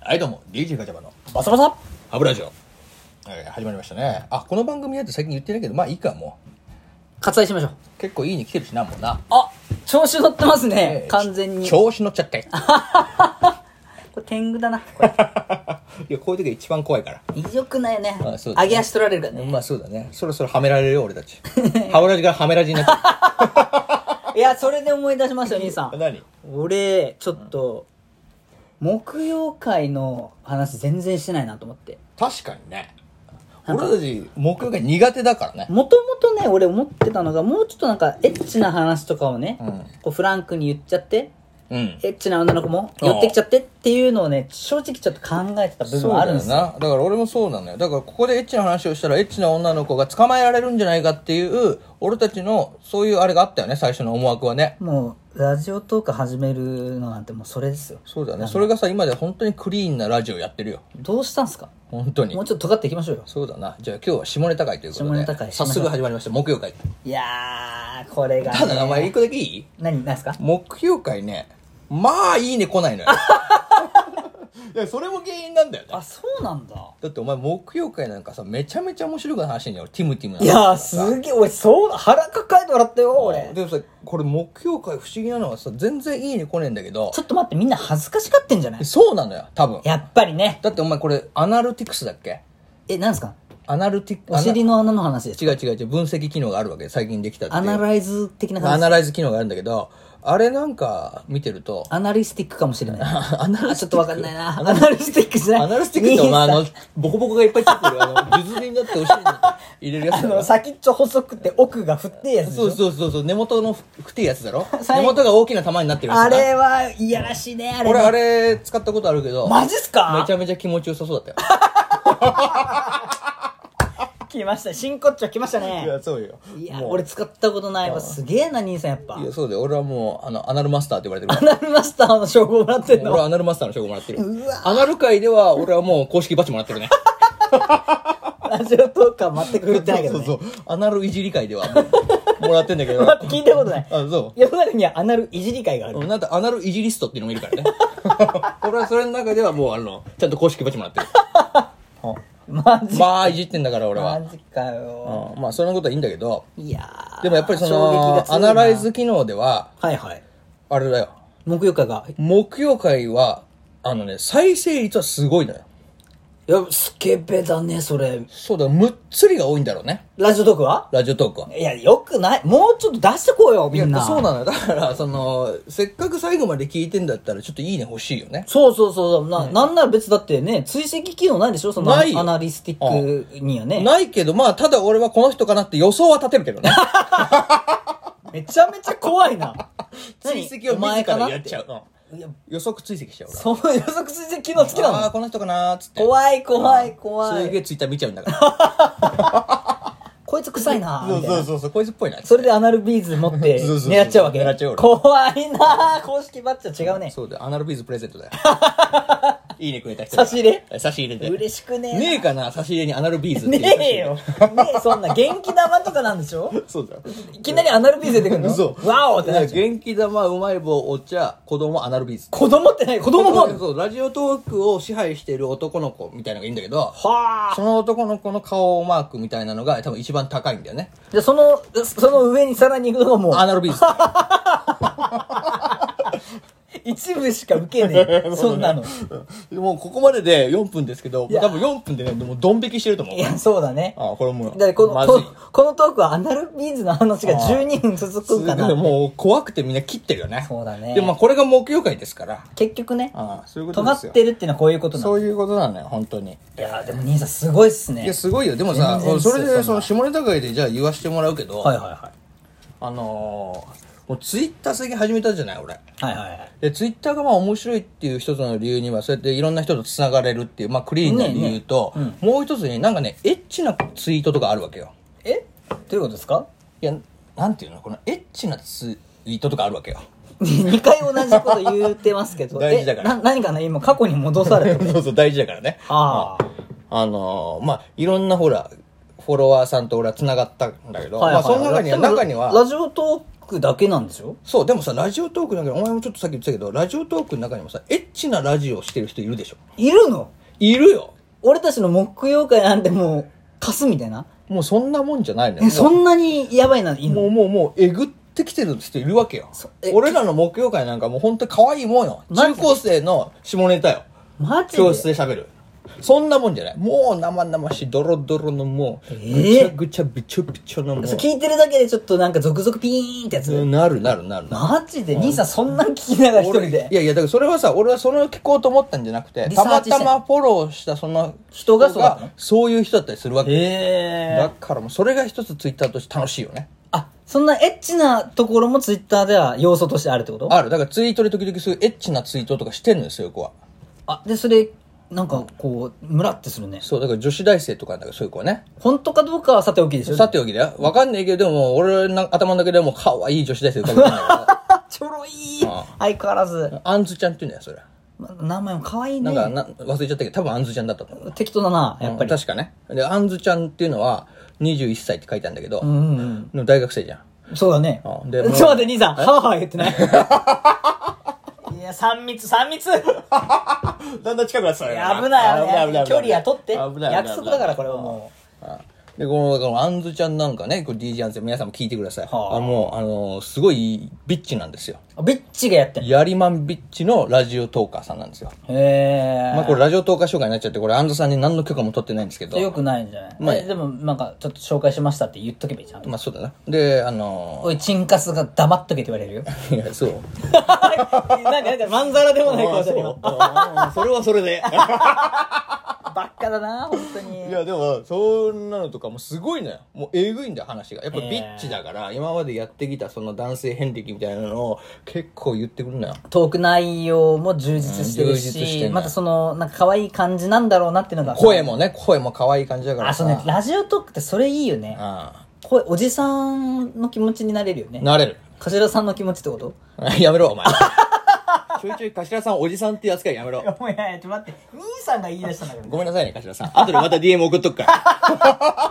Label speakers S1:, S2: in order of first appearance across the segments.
S1: はい、どうも、DJ ガチャバのバサバサ
S2: ハブラジオ。
S1: はい、始まりましたね。あ、この番組やって最近言ってないけど、まあいいか、も
S3: 割愛しましょう。
S1: う。結構いいに来てるしな、もうな。
S3: あ調子乗ってますね。
S1: えー
S3: 完全に。こ
S1: 調子乗っちゃって。い
S3: れ天狗だな。これ
S1: や、こういう時が一番怖いから。
S3: 良くないね。
S1: あそうだね
S3: 上げ足取られるか らね。
S1: まあそうだね。そろそろはめられるよ、俺た ち。ハブラジがはめラジになっちゃ
S3: いや、それで思い出しましたよ、兄さ
S1: う。
S3: ん。
S1: 何
S3: 俺、ちょっと、木曜会の話全然してないなと思って。
S1: 確かにね。俺たち、目標が苦手だからね。
S3: もともとね、俺思ってたのが、もうちょっとなんか、エッチな話とかをね、
S1: うん
S3: こうフランクに言っちゃって、
S1: うん。
S3: エッチな女の子も
S1: あ
S3: 寄ってきちゃってっていうのをね、正直ちょっと考えてた部分はあるんですよ。
S1: な。だから俺もそうなのよ。だからここでエッチな話をしたらエッチな女の子が捕まえられるんじゃないかっていう、俺たちのそういうあれがあったよね、最初の思惑はね。
S3: もう、ラジオトーク始めるのなんてもうそれですよ。
S1: そうだね。それがさ、今で本当にクリーンなラジオやってるよ。
S3: どうしたんすか
S1: 本当に
S3: もう。ちょっと尖っていきましょうよ。
S1: そうだな。じゃあ今日は下ネタ会ということで。
S3: 下ネタ会
S1: 早速始まりました。木曜会。
S3: いやー、これが、ね。
S1: ただ名前一個だけいい
S3: 何、何すか
S1: 木曜会ね、まあいいね来 ないのよ。いや、それも原因なんだよね。
S3: あ、そうなんだ。
S1: だってお前木曜会なんかさ、めちゃめちゃ面白くない話によ。ティムティム
S3: いやー、すげえ、俺、そう、腹抱えて笑ったよ、俺。
S1: でもさ、これ木曜会不思議なのはさ、全然いいね来ねえんだけど
S3: ち、ょっと待って、みんな恥ずかしがってんじゃない
S1: そうなのよ、多分。
S3: やっぱりね。
S1: だってお前これ、アナルティクスだっけ
S3: え、何すか
S1: アナルティク
S3: お尻の穴の話です。
S1: 違う違う違う、分析機能があるわけ。最近できたっていう。
S3: アナライズ的な
S1: ア
S3: 感じ。
S1: ナライズ機能があるんだけど、あれなんか見てる と、
S3: アナリスティックかもし れない。
S1: アナ
S3: あ、ちょっとわかんないな。アナリスティックじゃな
S1: ア
S3: い。
S1: ナルスティックって、
S3: 兄
S1: まあ、あ
S3: さん
S1: の、ボコボコがいっぱいついてる、あの、術になってお尻に入れるやつ
S3: あ
S1: だろ
S3: の、。先っちょ細くて奥が振ってえやつでしょ
S1: そうそうそうそう、根元のふくてえやつだろ
S3: 最
S1: 根
S3: 後
S1: 元が大きな玉になってるやつ
S3: あ
S1: だ
S3: れはいやらしいね、あれ
S1: 俺、
S3: ね。
S1: あれ使ったことあるけど、
S3: マジっすか
S1: めちゃめちゃ気持ちよさそうだった
S3: 来ました。真骨頂来ました
S1: よ。
S3: ね。
S1: いや、そうよ。
S3: いや、俺使ったことないわ。すげえな、兄さんやっぱ
S1: い。や、そうだよ。俺はもう、あの、アナルマスターって言われてる
S3: ア
S1: か
S3: ナルマスターの称号もらってん
S1: ら。俺
S3: の。
S1: はアナルマスターの称号もらってる。アナル界では、俺はもう公式バッジもらってるね。
S3: ラジオトークは全く振ってないけ
S1: そ
S3: ど、
S1: う
S3: ね。
S1: そう。アナルいじり界では、もらってんだけ ど。
S3: 待って聞いたことない。
S1: あ、そう。
S3: 世の中にはアナルいじり会がある。
S1: なんてアナルイジリストっていうのもいる からね。俺はそれの中ではもうあの、ちゃんと公式バッジもらって る。
S3: マジ
S1: まあ、いじってんだから俺は。
S3: マジかよ。
S1: うん、まあ、そんなことはいいんだけど、
S3: いやー
S1: でもやっぱりそ
S3: 衝撃が
S1: の、
S3: 強
S1: ア
S3: いな
S1: ナライズ機能では、
S3: はいはい。
S1: あれだよ。
S3: 木曜会が。
S1: 木曜会は、あのね、再生率はすごいのよ。
S3: いや、スケベだね、それ。
S1: そうだ、むっつりが多いんだろうね。
S3: ラジオトークは
S1: ラジオトークは。
S3: いや、よくない。もうちょっと出してこうよ、みんな。
S1: そうなのよ。だから、その、せっかく最後まで聞いてんだったら、ちょっといいね欲しいよね。
S3: そうそうそうそう。な、なんなら別だってね、追跡機能ないでしょその
S1: ないよ
S3: アナリスティックにはね。
S1: ないけど、まあ、ただ俺はこの人かなって予想は立てるけどね。
S3: めちゃめちゃ怖いな。
S1: 追跡を
S3: 何お前
S1: 自
S3: からな
S1: やっちゃう。うん予測追跡しちゃう。俺
S3: その予測追跡機能好きな
S1: ああ
S3: の
S1: ー、この人かなーっつって。
S3: 怖い怖い怖
S1: すげえ
S3: い。
S1: ツイッター見ちゃうんだ から。
S3: こいつ臭いなみたいな
S1: そうそう、こいつっぽいな。
S3: それでアナルビーズ持って
S1: そうそうそう
S3: 狙っちゃうわけ
S1: 狙っちゃう俺
S3: 怖いな公式バッジは違うね。
S1: そうだよ、アナロビーズプレゼントだ よ。いいねくれた人
S3: 差し入れ
S1: れ差し入れで。
S3: 嬉しくねえな
S1: ねえかな、差し入れにアナロビーズっていう差し
S3: ね
S1: 入れ
S3: えよ。。 ねえ、そんな元気玉とかなんでしょ
S1: そうだよ。
S3: いきなりアナルビーズ出てくるの
S1: そう。
S3: ワオってなるじゃん
S1: 元気玉、うまい棒、お茶、子供、アナロビーズ。
S3: 子供ってない子供もあるの
S1: そう、ラジオトークを支配している男の子みたいなのがいいんだけど、
S3: はあ。
S1: その男の子の顔マークみたいなのが多分一番高いんだよね。
S3: じゃあその、その上にさらに行くのがもう、
S1: アナロビーズ。
S3: 一部しか受けね え。そんなの。
S1: もうここまでで4分ですけど、
S3: いや
S1: 多分4分でね、もうドン引きしてると思う
S3: い。や、そうだね。
S1: あこれもう。
S3: だからこの、
S1: まずい
S3: ここのトークはアナルビーズの話が12分続
S1: す
S3: く
S1: ご
S3: か
S1: い
S3: な。
S1: もう怖くてみんな切ってるよね。
S3: そうだね
S1: でもまあこれが木曜会ですから。
S3: 結局ね、
S1: ああ、そういうこと
S3: 尖
S1: で
S3: っ
S1: すよ。
S3: てるっていうのはこういうことな
S1: そ
S3: の。
S1: ういうことなのよ、本当に。
S3: いやーでも兄さんすごいっす
S1: い
S3: ね
S1: や、。すごいよ。でもさ、
S3: 全然
S1: それ
S3: そん
S1: で
S3: な
S1: その下ネタ会でじゃあ言わしてもらうけど、
S3: はいはいは
S1: あのー、もうツイッター最近始めたじゃない、俺。
S3: い。はいはいはい。
S1: で、ツイッターがまあ面白いっていう一つの理由には、そうやっていろんな人と繋がれるっていう、まあクリーンな理由と、
S3: ねえね
S1: もう一つになんかね、エッチなツイートとかあるわけよ。
S3: えどういうことですか
S1: いや、なんていうのこのエッチなツイートとかあるわけ よ。
S3: 二回同じこと言ってますけど。
S1: 大事だから
S3: えな何かな今過去に戻さ れてる。
S1: そうそう、大事だからね。
S3: ああ。
S1: あのーまあ、いろんなほら、フォロワーさんと俺は繋がったんだけど、まあ、その中には、
S3: でも
S1: 中には、
S3: ラジオトクだけなんでしょ
S1: そう、でもさ、ラジオトークの中に、お前もちょっとさっき言ってたけど、ラジオトークの中にもさ、エッチなラジオをしてる人いるでしょ。
S3: いるの
S1: いるよ
S3: 俺たちの木曜会なんてもう、貸すみたいな
S1: もうそんなもんじゃないの
S3: え、
S1: よ。
S3: そんなにやばいな、いいの
S1: もうもうもう、えぐってきてる人いるわけよ
S3: そえ。
S1: 俺らの目標会なんかもう本当に可愛いもんよ。
S3: マ
S1: 中
S3: ジ
S1: 高生の下ネタよ。
S3: マジ
S1: 教室
S3: で
S1: で喋る。そんなもんじゃない。もう生々しい、ドロドロのもう、
S3: え
S1: ぐちゃぐちゃ、びちょびちょのも
S3: そう
S1: う、
S3: 聞いてるだけでちょっとなんか続々ピーンってやつ。
S1: うんなるなるなるなる。
S3: マジで兄さんそんなん聞きながら一人
S1: 俺い
S3: で。
S1: やいや、だからそれはさ、俺はそれを聞こうと思ったんじゃなくて、
S3: リサ
S1: た
S3: ー
S1: ま
S3: チし
S1: た
S3: て
S1: まフォローしたその
S3: 人がそうだったの
S1: そういう人だったりするわけ。
S3: へ
S1: だからもうそれが一つツイッターとして楽しいよね。
S3: あ、そんなエッチなところもツイッターでは要素としてあるってこと
S1: ある。だからツイートで時々そういうエッチなツイートとかしてるんですよ、子は。
S3: あ、で、それ、なんかこう、ムラってするね。
S1: そう、だから女子大生とかなんだからそういう子はね。
S3: 本当かどうかはさておきでしょ
S1: さておきだよ。わかんないけど、でも俺の頭の中ではもう可愛い女子大生浮かべてないか
S3: あちょろい相変わらず。
S1: ら。あんずちゃんって言うんだよ、それ。
S3: ま名前も可愛い
S1: な
S3: ね
S1: ん。かな、忘れちゃったけど、多分あんずちゃんだったと思う。
S3: 適当だな、やっぱり。
S1: 確かね。で、あんずちゃんっていうのは21歳って書いてあるんだけど、
S3: うんうん
S1: の大学生じゃん。
S3: うん。そうだね。ちょ
S1: あ
S3: っ
S1: でも
S3: と
S1: う
S3: 待って、兄さん、はぁはぁ言ってない。いや、3密、3密
S1: だんだん近くなってた
S3: いや危ない危ない距離は取って約束だからこれはも
S1: うでこのこのあんずちゃんなんかねこれ DJ アンズ皆さんも聞いてください、
S3: はあ
S1: あ、もうあのーすごいビッチなんですよ
S3: うビッチがやってる
S1: ヤリマンビッチのラジオトーカーさんなんですよ
S3: へえ
S1: まあこれラジオトーカー紹介になっちゃってこれアンズさんに何の許可も取ってないんですけど
S3: よくないんじゃない、
S1: まあ
S3: えでもなんかちょっと紹介しましたって言っとけばいいじゃん、
S1: まあそうだなであの
S3: おいチンカスが黙っとけって言わ れるよ
S1: ー いやそう
S3: なんかなんかまんざらでもない顔してる今
S1: あそうそれはそれで
S3: ばっかだな本当に
S1: いやでもそんなのとかもすごいのよもうえぐいんだよ話がやっぱビッチだから今までやってきたその男性遍歴みたいなのを結構言ってくるのよ
S3: トーク内容も充実してるし,、
S1: うん充実してんね
S3: またそのなんか可愛い感じなんだろうなっていうのが
S1: 声もね声も可愛い感じだから
S3: あ
S1: さ
S3: そうねラジオトークってそれいいよね
S1: う
S3: 声おじさんの気持ちになれるよね
S1: んなれる
S3: 頭さんの気持ちってこと
S1: やめろお前 ちょいちょい頭さんおじさんってやつからやめろ
S3: おいやいやちょっと待って兄さんが言い出したんだけど
S1: ごめんなさいね頭さん後でまた DM 送っとくから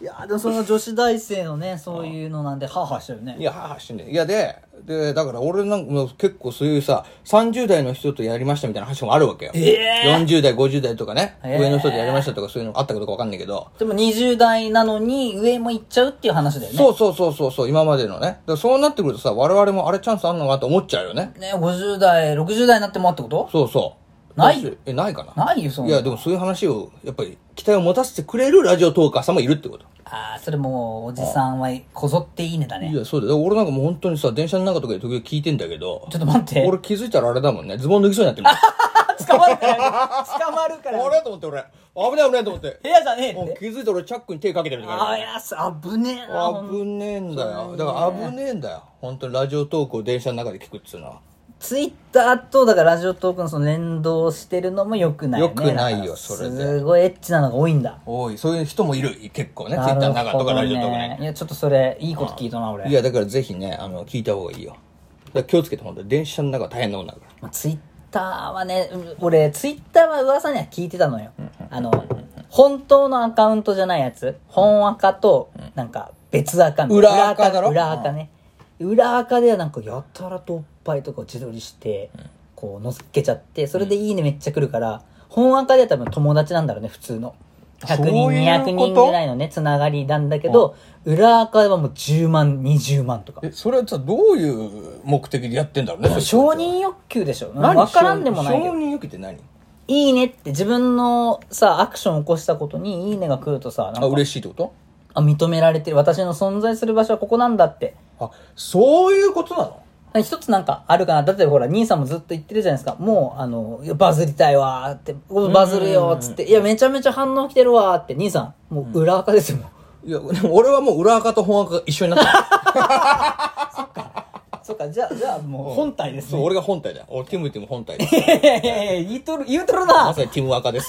S3: いやでもその女子大生のねそういうのなんでハーハーしてるね
S1: いやはしんでいやででだから俺なんかもう結構そういうさ30代の人とやりましたみたいな話もあるわけよ、40代50代とかね、
S3: えー
S1: 上の人とやりましたとかそういうのあったかどうかわかんないけど
S3: でも20代なのに上も行っちゃうっていう話だよね
S1: そうそうそうそうそう今までのねだからそうなってくるとさ我々もあれチャンスあんのかなと思っちゃうよね
S3: ね50代60代になってもってこと
S1: そうそう
S3: ない
S1: えないかな
S3: ないよそん
S1: い
S3: な
S1: やでもそういう話をやっぱり期待を持たせてくれるラジオトーカーさんもいるってこと
S3: ああそれもうおじさんはこぞっていいねだ
S1: い
S3: ね
S1: やそうだよ俺なんかもう本当にさ電車の中とかで時々聞いてんだけど
S3: ちょっと待って
S1: 俺気づいたらあれだもんねズボン脱ぎそうになってる
S3: 捕まるから捕まるか
S1: あれと思って俺危ない危ないと思って
S3: 部屋じゃね
S1: もう気づいたら俺チャックに手かけてると
S3: あ
S1: か
S3: あいやあぶねえな
S1: 危ねえんだよだから危ねえんだよ本当にラジオトークを電車の中で聞くっつうのは
S3: ツイッターとだからラジオトークのその連動してるのも良くないよね
S1: 良くないよ
S3: だから
S1: それです
S3: ごいエッチなのが多いんだ
S1: おいそういう人もいる結構ねツイッター
S3: なる
S1: の中と
S3: ほ
S1: か
S3: ど
S1: ラジオトーク
S3: ね
S1: ね
S3: いやちょっとそれいいこと聞いたな俺
S1: いやだからぜひねあの聞いた方がいいよだから気をつけて本当に電車の中は大変なことになるから
S3: まあツイッターはねうん俺ツイッターは噂には聞いてたのよあの本当のアカウントじゃないやつ本アカとなんか別アカみたいな
S1: 裏アカだろ
S3: 裏アカね裏アカではなんかやたらとおっぱいとかを自撮りしてこう載っけちゃってそれで「いいね」めっちゃ来るから本アカでは多分友達なんだろうね普通の100人
S1: そういうこと
S3: 200人ぐらいのねつながりなんだけど裏アカはもう10万20万とか
S1: えそれはさどういう目的でやってんだろうねそれ
S3: 承認欲求でしょ
S1: 何
S3: 分からんでもないけど
S1: 承認欲求って何
S3: いいねって自分のさ、アクションを起こしたことにいいねが来るとさ、なん
S1: あ
S3: か
S1: 嬉しいってこと
S3: あ認められてる。私の存在する場所はここなんだって。
S1: あそういうことなの
S3: 一つなんかあるかな。だってほら、兄さんもずっと言ってるじゃないですか。もう、あの、いやバズりたいわーって、バズるよーっつって、いや、めちゃめちゃ反応来てるわーって、兄さん、もう裏垢ですよ、もう。
S1: いやでも俺はもう裏垢と本垢が一緒になっ た
S3: そっか、じゃあ、じゃあもう本体です
S1: そう、
S3: ね。
S1: 俺が本体だよ。俺、ティムティム本体です。
S3: いやいやいやいや言うとる、言うとる
S1: ま
S3: な
S1: さにティム赤 です。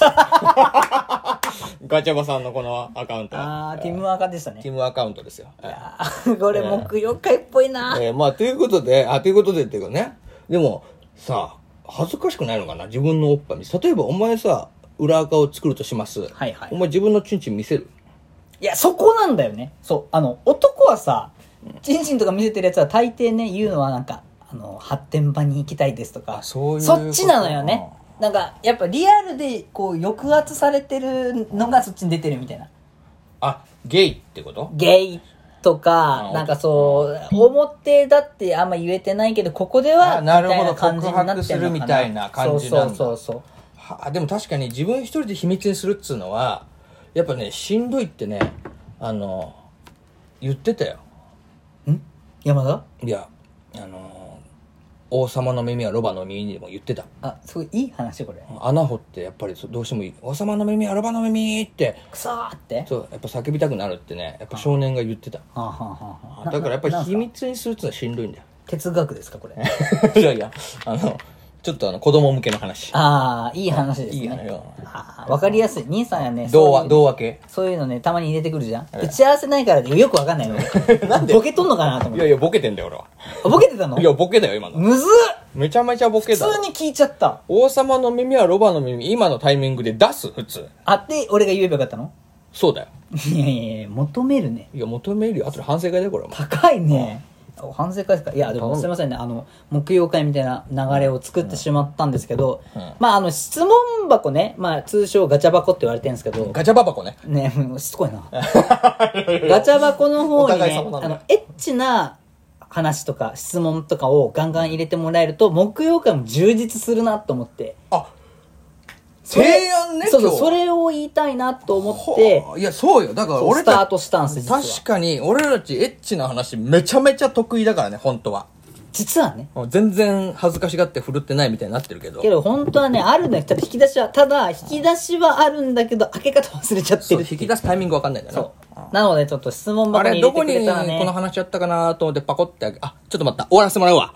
S1: ガチャバさんのこのアカウント。
S3: あー、ティムアカでしたね
S1: テ。ィムアカウントですよ。はい
S3: あーこれ、木曜会っぽいな。
S1: えーまあ、ということで、あ、ということでっていうかね。でも、さ、恥ずかしくないのかな自分のおっぱい見せ例えば、お前さ、裏垢を作るとします。
S3: はいはい
S1: お前自分のチンチン見せる。
S3: いや、そこなんだよね。そう。あの、男はさ、チンチンとか見せてるやつは大抵ね言うのはなんかあの発展場に行きたいですとか
S1: あそういうこと
S3: そっちなのよねなんかやっぱリアルでこう抑圧されてるのがそっちに出てるみたいな
S1: あゲイってこと
S3: ゲイとか
S1: あ
S3: なんかそう表だってあんま言えてないけどここでは
S1: あ
S3: み
S1: な
S3: たい
S1: るほど
S3: な感じになってるのかな
S1: 告白するみたいな感じなんだ
S3: そうそうそうそう
S1: はでも確かに自分一人で秘密にするっつうのはやっぱねしんどいってねあの言ってたよ
S3: ん山田
S1: いやあの王様の耳はロバの耳にでも言ってた
S3: あすごいいい話これ
S1: 穴掘ってやっぱりどうしてもいい王様の耳はロバの耳って
S3: くそーって
S1: そうやっぱ叫びたくなるってねやっぱ少年が言ってた
S3: はあはあはあはあ
S1: だからやっぱり
S3: な
S1: 秘密にするっつうのはしんどいんだよ
S3: 哲学ですかこれ
S1: いやいやあのちょっとあの子供向けの話
S3: ああいい話ですね
S1: いい話よ
S3: ああわかりやすい兄さんやね
S1: 童
S3: そうい
S1: 話
S3: う
S1: 童話系
S3: そういうのねたまに入れてくるじゃん打ち合わせないからでよくわかんな いのなんでボケとんのかなと思
S1: い
S3: っ
S1: や
S3: て
S1: いやボケてんだよ俺は
S3: あボケてたの
S1: いやボケだよ今の
S3: むずっ
S1: めちゃめちゃボケ
S3: 普
S1: だわ
S3: 通に聞いちゃった
S1: 王様の耳はロバの耳今のタイミングで出す普通
S3: あって俺が言えばよかったの
S1: そうだよ
S3: いやいやいや求めるね
S1: いや求めるよあとで反省会だよこれはもう
S3: 高いねお反省会ですかいやでもすいませんねあの木曜会みたいな流れを作ってしまったんですけど、
S1: うん
S3: まああの質問箱ね、まあ、通称ガチャ箱って言われてるんですけど、
S1: ガチャババコね
S3: ねうんしつこいな ガチャ箱の方に
S1: お互い
S3: ね
S1: 様なんだ
S3: あのエッチな話とか質問とかをガンガン入れてもらえると木曜会も充実するなと思って
S1: あ提案ね
S3: そうそ
S1: 今
S3: う
S1: 日
S3: それを言いたいなと思って
S1: はあいやそうよだから
S3: そう
S1: 俺
S3: スター
S1: た
S3: トしたんです実は
S1: 確かに俺たちエッチな話めちゃめちゃ得意だからね本当は
S3: 実はね
S1: 全然恥ずかしがって振るってないみたいになってるけど
S3: けど本当はねあるのよただ引き出しはただ引き出しはあるんだけど開け方忘れちゃって
S1: そう
S3: る
S1: 引き出すタイミングわかんないんだよな
S3: そうなのでちょっと質問
S1: あ
S3: 箱
S1: れ
S3: に
S1: ど
S3: 入
S1: こ
S3: れ
S1: に
S3: てくれ
S1: こ
S3: たら
S1: の
S3: ね
S1: 話やったかなと思ってパコってあげあちょっと待った終わらせてもらうわ